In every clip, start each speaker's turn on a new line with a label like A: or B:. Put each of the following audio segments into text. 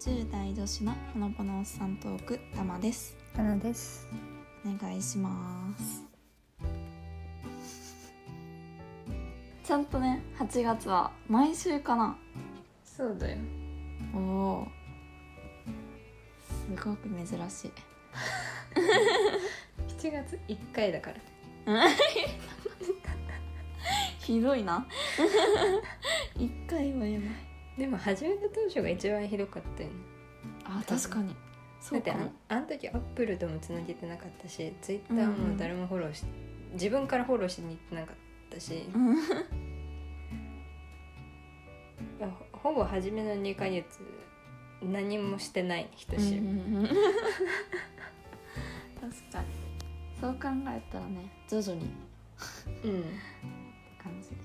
A: 10代女子のほのぼのおっさんトークたまです
B: かなです。
A: お願いしますちゃんとね8月は毎週かな
B: そうだよ。
A: おおーすごく珍しい
B: 7月一回だから。
A: ひどいな 一回はやばい
B: でも始めた当初が一番ひどかったよね。
A: あ
B: 多分
A: 確かにそ
B: だっ
A: う
B: て
A: か
B: あ
A: も
B: あの時アップルともつなげてなかったし、ツイッターも誰もフォローし、自分からフォローしに行ってなかったし、
A: うん
B: いやほぼ初めの二ヶ月何もしてない人
A: うん
B: し、
A: うんうん 確かにそう考えたらね徐々にって
B: うん、
A: 感じで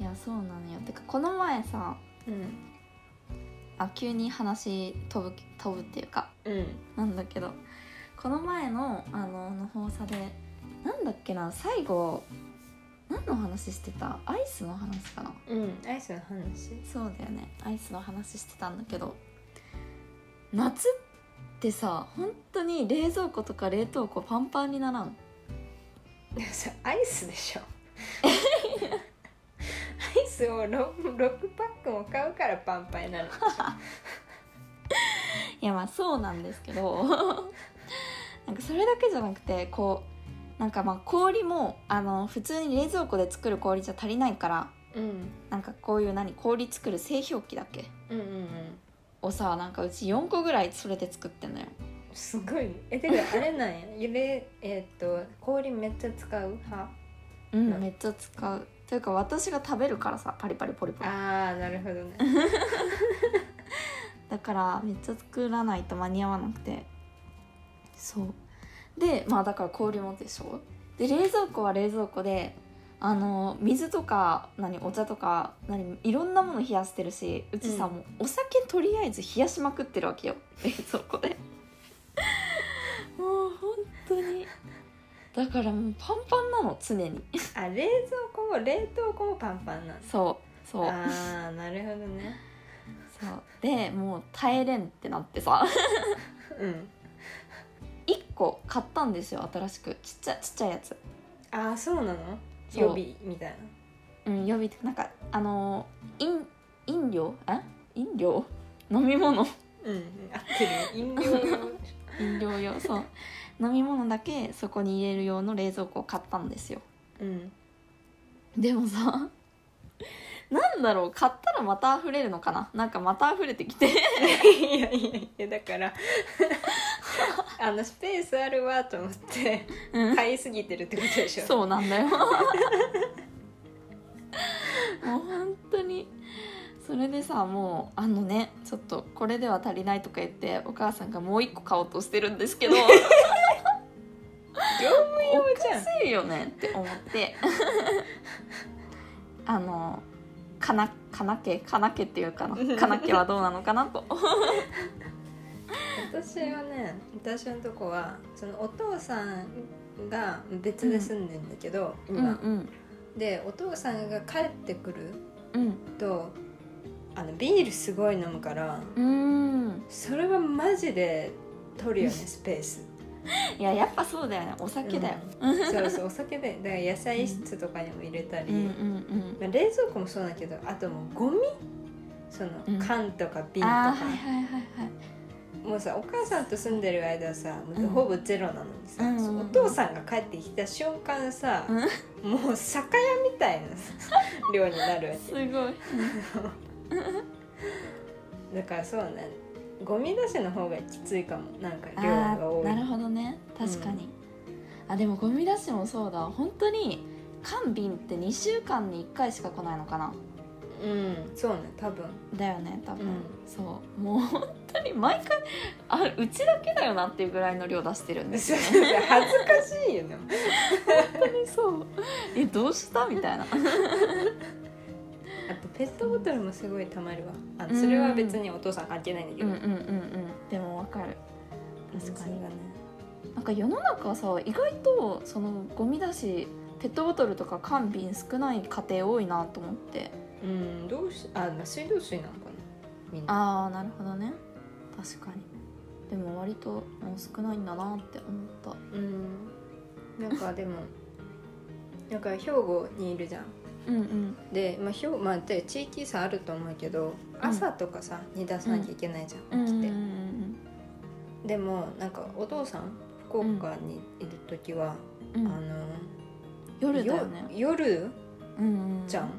A: いやそうなのよてかこの前さ
B: うん、
A: あ急に話飛ぶ飛ぶっていうか
B: うん、
A: なんだけどこの前のあのの放送でなんだっけな最後何の話してたアイスの話かな
B: うん、アイスの話。
A: そうだよねアイスの話してたんだけど夏ってさ本当に冷蔵庫とか冷凍庫パンパンにならん
B: でもさアイスで しょアイスを 6, パックも買うからパンパンになるんでし
A: いやまあそうなんですけど なんかそれだけじゃなくてこうなんかまあ氷もあの普通に冷蔵庫で作る氷じゃ足りないから
B: ょ、うん、
A: なんかこういう何氷作る製氷機だっけ
B: うんうんうん
A: をさなんかうち4個ぐらいそれで作ってんのよ
B: すごいねえてかあれなんやゆれえーっと氷めっちゃ使う派
A: うん、
B: うん
A: めっちゃ使うというか私が食べるからさパリパリポリポリ
B: ああなるほどね
A: だからめっちゃ作らないと間に合わなくてそうでまあだから氷もでしょで冷蔵庫は冷蔵庫であの水とか何お茶とか何いろんなもの冷やしてるしうちさ、
B: うん
A: もうお酒とりあえず冷やしまくってるわけよ 冷蔵庫でもう本当にだからもうパンパンなの常に
B: あ冷蔵庫も冷凍庫もパンパンなんだ
A: そうそう
B: ああなるほどね
A: そうでもう耐えれんってなってさ
B: うん
A: 1個買ったんですよ新しくちっちゃちっちゃいやつ
B: ああそうなの
A: そう
B: 予備みたい
A: うん、予備なんかあのー飲飲料え飲料飲み物
B: なうん合ってる飲料用
A: 飲料 用そう飲み物だけそこに入れる用の冷蔵庫を買ったんですよ
B: うん
A: でもさなんだろう買ったらまた溢れるのかななんかまた溢れてきて
B: いやいやいやだから あのスペースあるわと思って
A: うん
B: 買いすぎてるってことでしょう
A: そうなんだ よもう本当にそれでさもうあのねちょっとこれでは足りないとか言ってお母さんがもう一個買おうとしてるんですけど
B: 業務用じゃん
A: おかしいよねって思って あのかなかな家かな家っていうかなかな家はどうなのかなと
B: 私はね私のとこはそのお父さんが別で住んでんだけど、
A: うんう
B: 今、
A: ん
B: でお父さんが帰ってくる
A: うん
B: とあのビールすごい飲むから
A: うーん
B: それはマジで取るよねスペース
A: いややっぱそうだよねお酒だよ、
B: うんそうそうお酒でだから野菜室とかにも入れた
A: う
B: り、
A: ん、うんうん
B: まあ、冷蔵庫もそうだけどあともうゴミその
A: うん
B: 缶とか瓶と
A: あ
B: か、
A: あはいはいはいはい
B: もうさお母さんと住んでる間はさもううんほぼゼロなのにさ、
A: うんうんうん
B: そうお父さんが帰ってきた瞬間さ、もう酒屋みたいなさ 量になるわ
A: すごい
B: けだからそうねゴミ出しの方がきついかもなんか
A: あ
B: 量が
A: ー
B: 多い
A: なるほどね確かに、あでもゴミ出しもそうだ本当に缶瓶って2週間に1回しか来ないのかな
B: うんそうね多分
A: だよね多分、
B: うん
A: そうもう本当に毎回あうちだけだよなっていうぐらいの量出してるんです
B: そう
A: よ
B: そ
A: ね
B: う恥ずかしいよね
A: 本当に そうえどうしたみたいな
B: あとペットボトルもすごい溜まるわあのそれは別にお父さん関係ないんだけ
A: うん
B: ど、
A: うんうんうんでもわかる確かに
B: だね
A: なんか世の中さ意外とそのゴミ出しペットボトルとか缶瓶少ない家庭多いなと思って
B: うんどうしあまあ水道水なのかなみんな
A: ああなるほどね確かにでも割ともう少ないんだなって思った
B: うんなんかでもなんか兵庫にいるじゃん
A: うんうん
B: で、まあ、兵まあ、で地域差あると思うけど朝とかさ、に出さなきゃいけないじゃん、
A: う
B: 起き
A: ん
B: て、
A: うん
B: でもなんかお父さん福岡にいる時は、
A: うんう
B: あ
A: ん
B: の
A: 夜だよね
B: よ夜
A: うんうん
B: じゃん、
A: ん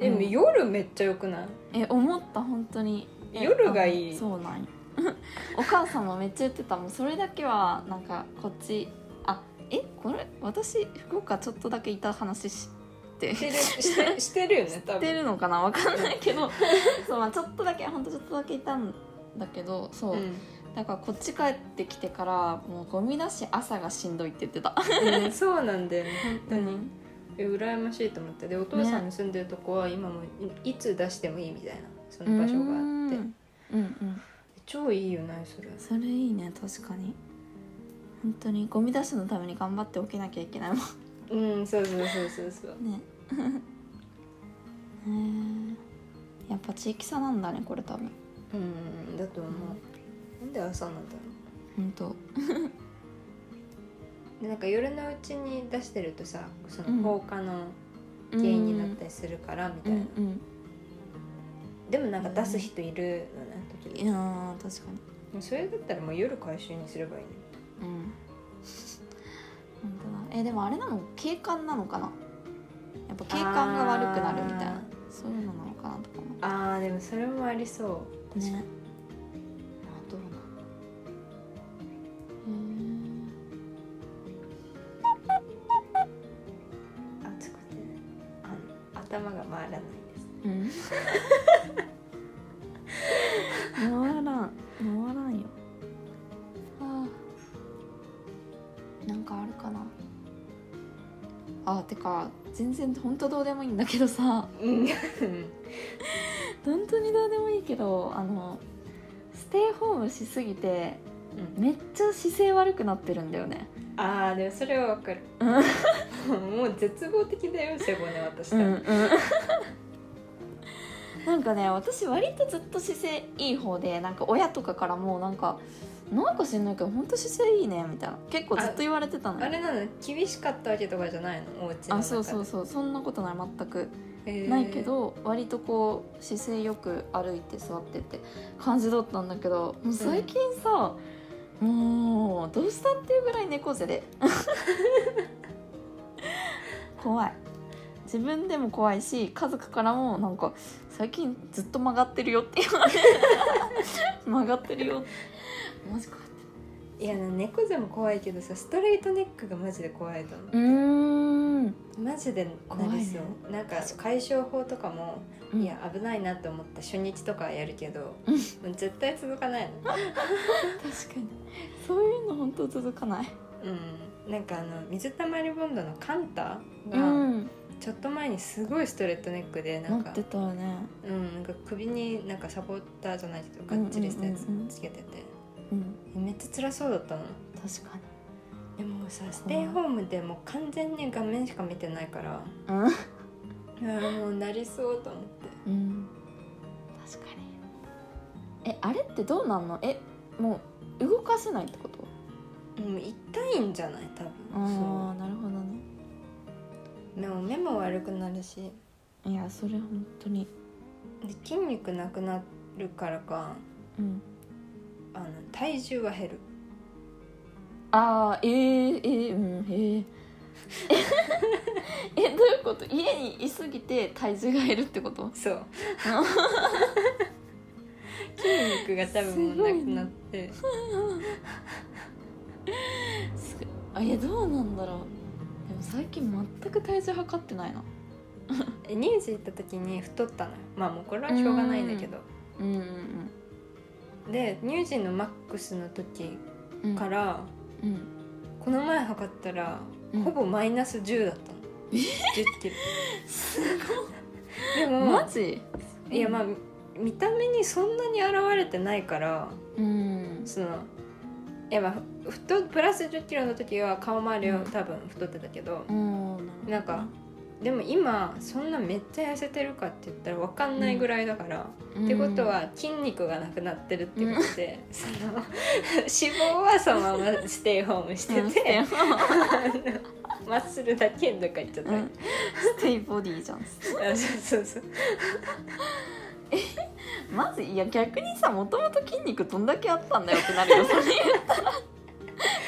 B: でも
A: うん
B: 夜めっちゃよくない
A: え思った本当にえ
B: 夜がいい
A: あそうなんよ お母さんもめっちゃ言ってたもうそれだけはなんかこっちあえこれ私福岡ちょっとだけいた話知 って
B: してるしてしてるよね多
A: 知って
B: 分
A: るのかなわかんないけどそう、まあ、ちょっとだけほんとちょっとだけいたんだけどそう、だからこっち帰ってきてからもうゴミ出し朝がしんどいって言って た
B: うんうんそうなんだよね本当に、
A: うん
B: え羨ましいと思ってでお父さんの住んでるとこは今もいいつ出してもいいみたいなその場所があって
A: うんうん
B: 超いいよねそれ
A: それいいね確かに本当にゴミ出しのために頑張って起きなきゃいけない もん
B: うんそうそうそうそうそう
A: ねへえやっぱ地域差なんだねこれ多分
B: うんだと思うなんで朝なんだろ
A: 本当
B: うでなんか夜のうちに出してるとさそ
A: うん
B: の放火の原因になったりするからみた
A: う
B: いな、
A: んうん
B: でもなんか出す人いるのね時
A: いや
B: 々
A: ー確かに
B: それだったらもう夜回収にすればいいの
A: うん 本当だえでもあれなの景観なのかなやっぱ景観が悪くなるみたいなそういうのなのかなとかも
B: あーでもそれもありそう確かに、
A: ねあどうなん
B: あ暑くてねあの頭が回らないです
A: へえうん 回らん回らんよはあなんかあるかなあてか全然本当どうでもいいんだけどさ
B: う
A: 本当にどうでもいいけどあのステイホームしすぎて
B: ん、
A: めっちゃ姿勢悪くなってるんだよね
B: あーでもそれはわかるもう絶望的だよ背骨渡した
A: う
B: ら、
A: んうん なんかね私割とずっと姿勢いい方でなんか親とかからもなんかなんか知んないけど本当姿勢いいねみたいな結構ずっと言われてたの
B: あ
A: よ
B: れなの厳しかったわけとかじゃないのお家の中で
A: あそうそうそうそんなことない全く
B: へー
A: ないけど割とこう姿勢よく歩いて座ってって感じだったんだけどもう最近さ、もうどうしたっていうぐらい猫背で 怖い自分でも怖いし家族からもなんか最近ずっと曲がってるよって言われて曲がってるよってマジか
B: いや猫背も怖いけどさストレートネックがマジで怖いと思
A: うーん、うん
B: うマジでなりそう、なんか解消法とかも、いや危ないなと思って初日とかはやるけど、
A: うん
B: もう絶対続かないの
A: 確かにそういうの本当続かない、
B: うんなんかあの水溜りボンドのカンタ
A: う
B: が
A: ん、
B: ちょっと前にすごいストレートネックでな
A: 持
B: ん
A: っ
B: か
A: てたよね
B: うん、なんか首になんかサポーターじゃないけどがっちりしたやつつけてて、
A: うん
B: めっちゃ辛そうだったの
A: 確かに
B: でもさステイホームでもう完全に画面しか見てないから
A: うん
B: いやもうなりそうと思って
A: うん確かにえあれってどうなんのえもう動かせないってこと
B: うん痛いんじゃない多
A: あ
B: 分
A: あなるほどね
B: そうでも目も悪くなるし
A: いやそれ本当に
B: で筋肉なくなるからか
A: うん
B: あの体重は減る
A: ああえー、えー、うんえー えどういうこと家にいすぎて体重が減るってこと
B: そう 筋肉が多分もうなくなって
A: すあいやどうなんだろうでも最近全く体重測ってないな
B: え乳児行った時に太ったのよまあもうこれはしょうがないんだけど
A: うんうん
B: で乳児のマックスの時
A: うん
B: からら、
A: うん
B: この前測ったら、
A: うん
B: ほぼマイナス10だったの1 0キロ
A: す
B: で
A: ごい
B: も、
A: マジ
B: いやまあ見た目にそんなに現れてないから
A: うん
B: そのいやまあふ太プラス1 0キロの時は顔周りは多分太ってたけど、
A: うんなるほど
B: なんかでも今そんなめっちゃ痩せてるかって言ったら分かんないぐらいだから、ってことは筋肉がなくなってるってことで、その脂肪はそのままステイホームして
A: うん、ステ
B: て
A: イ、ホーム
B: マッスルだけとか言っちゃった、
A: うんステイボディじゃん
B: あそうそうそう
A: まずいや逆にさもともと筋肉どんだけあったんだよってなるよそれ言ったら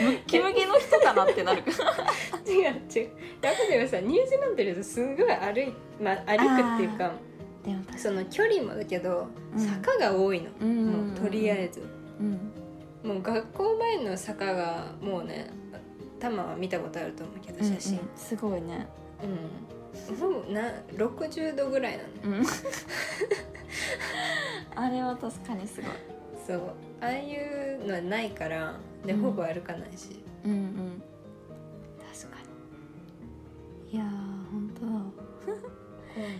A: ムッキムキの人かなってなるから
B: 違う違うだけでもさニュージーランドですごい歩い、まあ、歩くっていうか
A: でも確か
B: その距離もだけど、
A: うん
B: 坂が多いの、
A: にうん
B: もうとりあえず
A: うん
B: もう学校前の坂がもうねタマは見たことあると思うけど写真
A: うんうんすごいね
B: うん、ほぼな60度ぐらいなの
A: うんあれは確かにすごい
B: そうああいうのはないからで
A: うん
B: ほぼ歩かないし、
A: うんうん確かにいやー本当だわ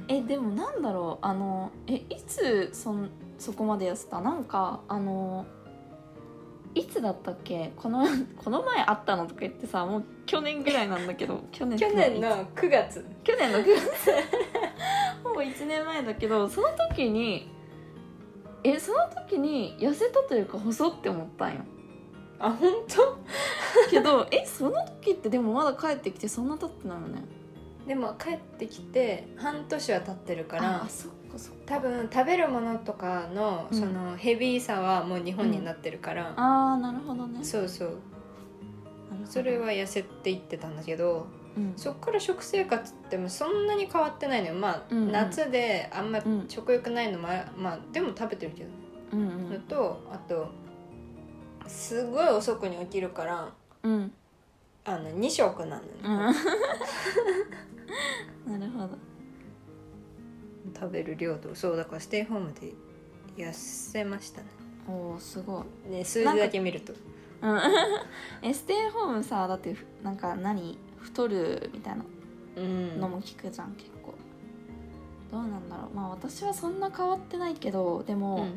A: えでもなんだろうあのえいつそんそこまで痩せたなんかあのいつだったっけこの この前会ったのとか言ってさもう去年ぐらいなんだけど去年
B: 去年の9月
A: 去年の9月 ほぼ1年前だけどその時にえその時に痩せたというか細って思ったん よ
B: あ本当
A: けどえその時ってでもまだ帰ってきてそんな経ってないよね
B: でも帰ってきて半年は経ってるから
A: あそっかそっか
B: 多分食べるものとかの
A: うん
B: そのヘビーさはもう日本になってるから、
A: あーなるほどね
B: そうそう
A: なるほど
B: それは痩せていってたんだけど
A: うん
B: そっから食生活ってもそんなに変わってないのよまあ、
A: うんうん
B: 夏であんま
A: うん
B: 食欲ないのもあまあでも食べてるけど
A: うん
B: のとあとすごい遅くに起きるから
A: うんうん
B: あの2食
A: う
B: な
A: ん
B: の、ね
A: なるほど
B: 食べる量とそうだからステイホームで痩せましたね
A: おーすごい、
B: ね数字だけ見ると
A: うん えステイホームさだってふなんか何太るみたいな
B: うん
A: のも聞くじゃん、結構どうなんだろうまあ私はそんな変わってないけどで
B: う
A: も、
B: ん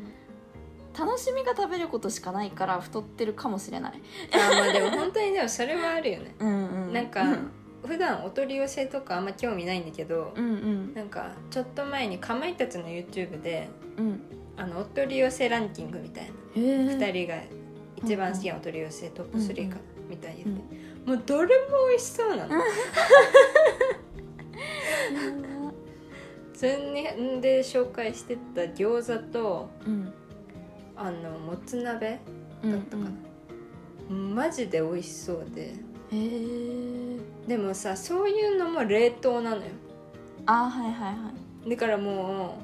A: 楽しみが食べることしかないから太ってるかもしれない
B: あまあでも本当にでもそれはあるよね
A: うんうん
B: なん か
A: うん
B: 普段お取り寄せとかあんま興味ないんだけど
A: うんうん
B: なんかちょっと前にかまいたちの YouTube で
A: うん
B: あのお取り寄せランキングみたいな
A: えー
B: 2人が一番好きなお取り寄せトップ3か
A: う
B: みたいに言って、もうどれも美味しそうなのそれにんで紹介してた餃子と
A: うん
B: あのもつ鍋
A: う
B: だ
A: ん
B: ったかな、マジで美味しそうで
A: えー、
B: でもさそういうのも冷凍なのよ
A: あーはいはいはい
B: だからも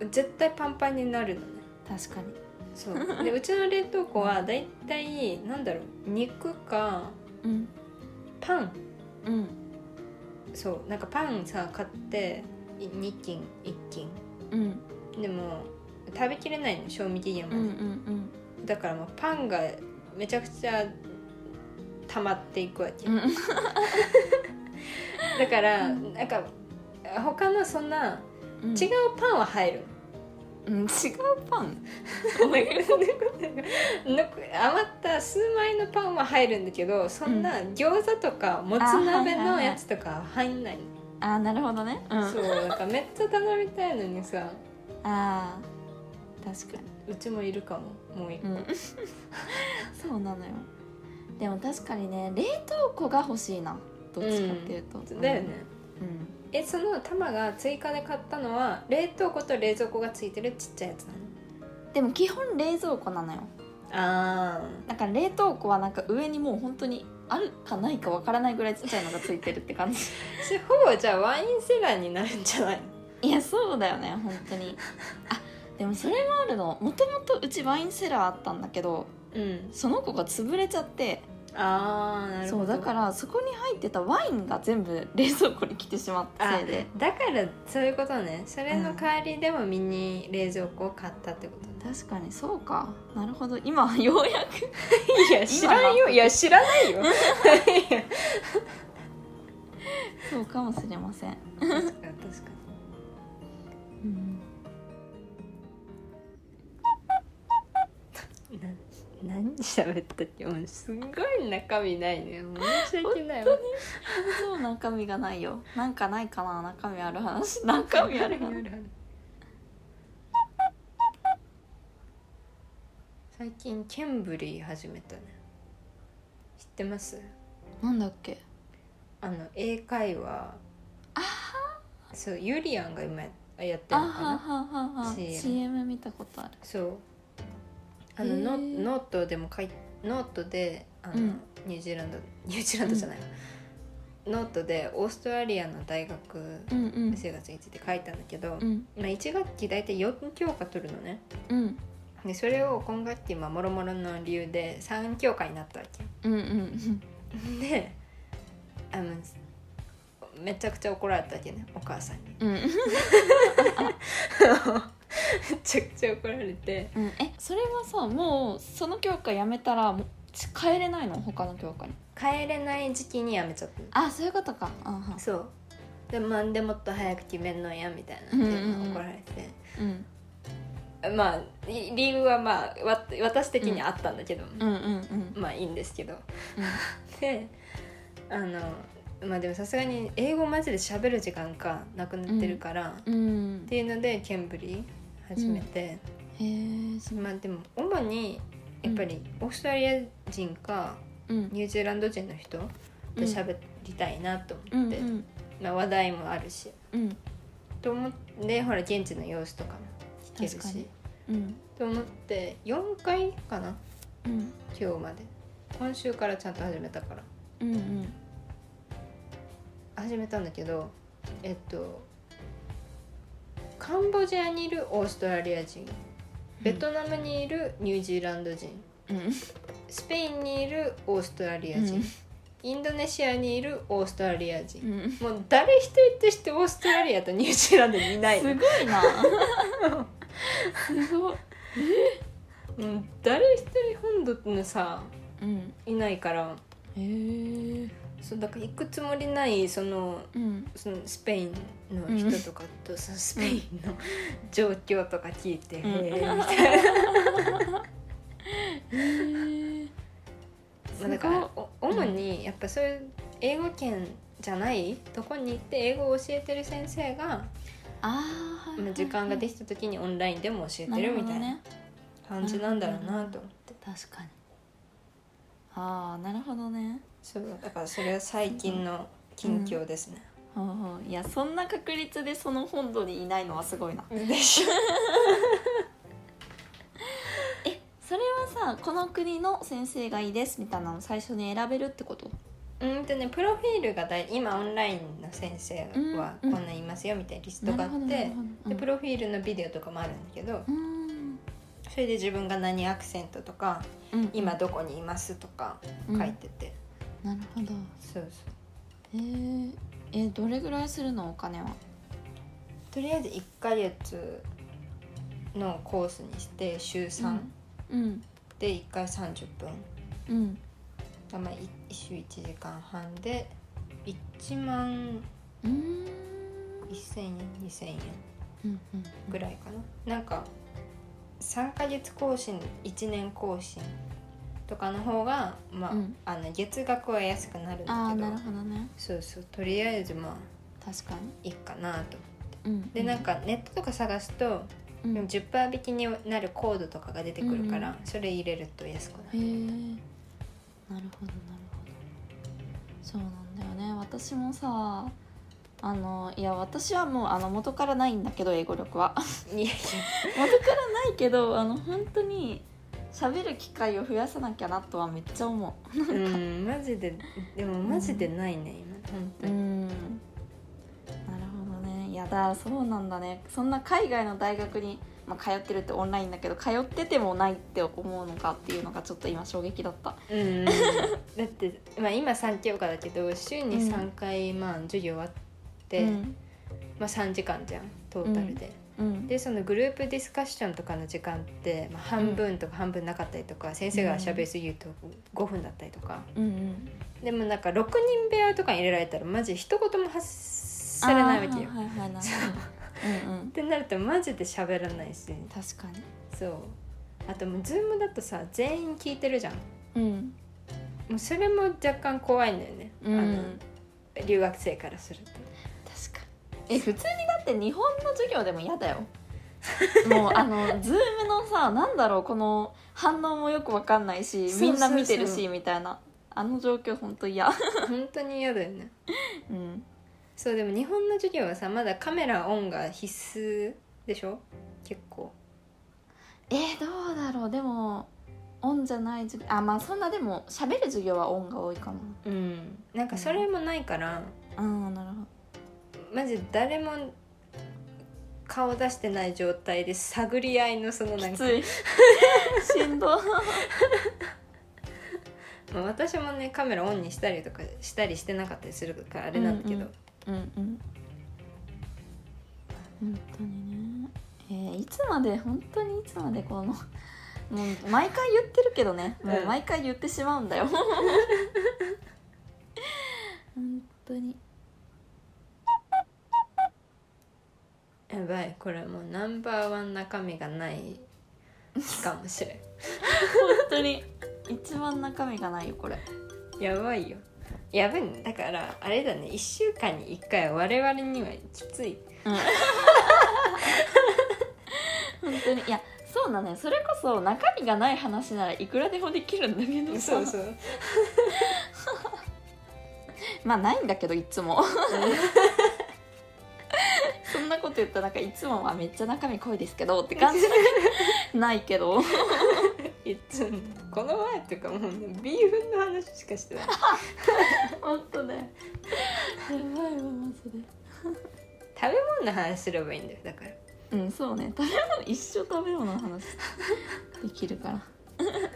B: う絶対パンパンになるのね
A: 確かに
B: そうでうちの冷凍庫はだいたいなんだろう肉か
A: うん
B: パン
A: うん
B: そうなんかパンさ買って2斤1斤
A: うん
B: でも食べきれないの賞味期限ま
A: う
B: で、
A: んうん
B: だからもうパンがめちゃくちゃ溜まっていくわけ、
A: うんうん
B: だからなんか他のそんな
A: うん
B: 違うパンは入る、
A: うん違うパン
B: なんかなんか余った数枚のパンは入るんだけどそんな餃子とかもつ鍋のやつとかは入んないの、
A: あーなるほどねうんあ
B: そうなんかめっちゃ頼みたいのにさ
A: あー確かに
B: うちもいるかももう一個、
A: うんそうなのよでも確かにね冷凍庫が欲しいなどっちかっていうと、
B: だよね、
A: うん
B: えその玉が追加で買ったのは冷凍庫と冷蔵庫がついてるちっちゃいやつなの
A: でも基本冷蔵庫なのよ
B: あ
A: だから冷凍庫はなんか上にもう本当にあるかないかわからないぐらいちっちゃいのがついてるって感じ
B: あそれほぼじゃあワインセラーになるんじゃない
A: いやそうだよね本当に あでもそれもあるのもともとうちワインセラーあったんだけど
B: うん
A: その子が潰れちゃって
B: ああなるほ
A: そ
B: ど
A: うだからそこに入ってたワインが全部冷蔵庫に来てしまった
B: あ
A: せいで
B: だからそういうことねそれの代わりでもミニ冷蔵庫を買ったってことね、
A: 確かにそうかなるほど今ようやく
B: いや知らんよいや知らないよいや
A: そうかもしれません
B: 確かに確か
A: うん
B: にな何喋ったっけもうすっごい中身ないねもう申し訳ないわ
A: そう中身がないよなんかないかな中身ある話中身ある話
B: 最近ケンブリー始めたね知ってます
A: なんだっけ
B: あの英会話そうユリアンが今ややって
A: あ
B: る
A: は
B: のかな
A: ははは
B: CM
A: CM 見たことある
B: そうあのノ
A: へー
B: ノートでも書いノートであの、
A: うん
B: ニュージーランドニュージーランドじゃない、ノートでオーストラリアの大学
A: うんうん
B: 生活について書いたんだけど、
A: うん
B: まあ、1学期大体4教科取るのね
A: うん
B: でそれを今学期まあもろもろの理由で3教科になったわけ
A: うんうん
B: であのめちゃくちゃ怒られたわけねお母さんに
A: うんうん
B: めちゃくちゃ怒られて
A: うんえそれはさもうその教科やめたらもう帰れないの他の教科に
B: 帰れない時期にやめちゃった
A: あそういうことかあは
B: そうでまんでもっと早く決めんのやみたいなって
A: うんうんうん
B: 怒られて、
A: うん
B: まあい理由はまあわ私的にあったんだけど、
A: うんうんうん
B: まあいいんですけど であのまあでもさすがに英語マジで喋る時間がなくなってるから、っ
A: うんうん
B: ていうのでケンブリー始めて、
A: へえそう
B: まあでも主にやっぱりオーストラリア人か
A: うん
B: ニュージーランド人の人と喋りたいなと思って、
A: うんうん
B: まあ、話題もあるし
A: うん
B: と思ってほら現地の様子とかも聞ける
A: 確か
B: し
A: にうん
B: と思って4回かな
A: うん
B: 今日まで今週からちゃんと始めたから
A: うんうん
B: 始めたんだけどえっとカンボジアにいるオーストラリア人ベトナムにいるニュージーランド人
A: うん
B: スペインにいるオーストラリア人、
A: うん
B: インドネシアにいるオーストラリア人、
A: うん
B: もう誰一人としてオーストラリアとニュージーランドにいない
A: す
B: の
A: ごいな。すごい。
B: うん誰一人本土のさ
A: うん。
B: いないから
A: へえ。
B: そうだから行くつもりないその
A: うん。
B: そのスペインの人とかと、そのスペインの状況とか聞い
A: ん
B: て、へーみたいな
A: へえ。
B: まあだからお主にやっぱそういう英語圏じゃないとこに行って英語を教えてる先生が、
A: ああ。
B: まあ時間がで
A: き
B: きた時にオンラインでも教えてるみたいな。感じなんだろうなと思って、
A: 確かに。ああ、なるほどね。
B: そうだからそれは最近の近況ですね。
A: ほうほういやそんな確率でその本土にいないのはすごいな
B: でしょ
A: えそれはさこの国の先生がいいですみたいなのを最初に選べるってこと
B: うんとねプロフィールがだい今オンラインの先生は
A: う
B: こ
A: ん
B: んなんいますよみたいなリストがあって、でプ
A: ロ
B: ロフィールのビデオとかもあるんだけど
A: うん
B: それで自分が何アクセントとか
A: うん
B: 今どこにいますとか書いてて、
A: なるほど
B: そうそう
A: えー、えーどれぐらいするのお金は
B: とりあえず1ヶ月のコースにして週3、
A: うん
B: で1回30
A: う
B: 分
A: ん
B: だまあい週1時間半で1万
A: うーん
B: 1000円2000円
A: うんうん
B: ぐらいかななんか3ヶ月更新1年更新とかの方が、まあ
A: うん
B: あの月額は安くなるん
A: ああ
B: だけど
A: なるほどね
B: そうそうとりあえずまあ
A: 確かに
B: いいかなと
A: うん
B: でなんかネットとか探すと、
A: うん
B: でも10%引きになるコードとかが出てくるから、
A: うん
B: それ入れると安くな
A: へえ
B: る、
A: なるほどなるほどそうなんだよね私もさあのいや私はもうあの元からないんだけど英語力は
B: いやいや
A: 元からないけどあの本当に喋る機会を増やさなきゃなとはめっちゃ思う
B: うんマジででもマジでないね今本当
A: う
B: に、
A: んなるほどねいやだそうなんだねそんな海外の大学に、まあ、通ってるってオンラインだけど通っててもないって思うのかっていうのがちょっと今衝撃だった
B: うん、だって、まあ、今3教科だけど週に3回、まあ、授業あって、
A: うん
B: まあ、3時間じゃんトータルで、
A: うん
B: でそのグループディスカッションとかの時間って、まあ、半分とか半分なかったりとか、先生が喋りすぎると5分だったりとか、
A: うんうん
B: でもなんか6人部屋とかに入れられたらマジ一言も発されないわけよ
A: あー。はいはいなるほどうんうん
B: ってなるとマジで喋らないし
A: 確かに
B: そうあともうズームだとさ全員聞いてるじゃん
A: うん
B: もうそれも若干怖いんだよね、
A: うん
B: あの留学生からすると
A: 確かにえ普通にだって日本の授業でも嫌 だよもうあのズームのさなんだろうこの反応もよくわかんないしみんな見てる
B: そうそう
A: しみたいなあの状況ほんと嫌
B: 本当に嫌だよね
A: うん
B: そうでも日本の授業はさまだカメラオンが必須でしょ結構
A: えーどうだろうでもオンじゃない授業あまあそんなでも喋る授業はオンが多いか
B: うんなんかそれもないから、
A: なうんなるほど
B: マジ誰も顔出してない状態で探り合いのそのな
A: き
B: んか、
A: つい しんど
B: まあ、私もねカメラオンにしたりとかしたりしてなかったりするからあれなんだけど、
A: うんうんうん本当にねえーいつまで本当にいつまでこの もう毎回言ってるけどねもう毎回言ってしまうんだよ本当に
B: やばいこれもうナンバーワン中身がないかもしれ
A: 本当に一番中身がないよこれ
B: んやばいよやばいねだからあれだね1週間に1回は我々にはきつい
A: 本当にいやそうだねそれこそ中身がない話ならいくらでもできるんだけどさ
B: そうそう
A: まあないんだけどいつも そんなこと言ったらなんかいつもはめっちゃ中身濃いですけどって感じだけどないけど
B: いつもこの前とかもうねビーフンの話しかしてない
A: 本当ねやばいわマジで
B: 食べ物の話すればいいんだよだから
A: うんそうね食べ物一生食べ物の話できるから確か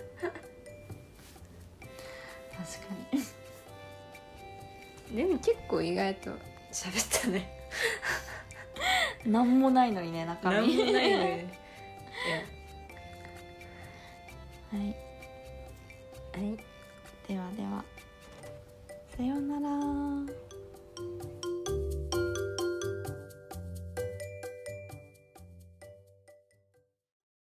A: に
B: でも結構意外と喋ったね
A: 何もないのにね中身
B: なんもないのよね
A: はい
B: いやはい
A: ではではさようなら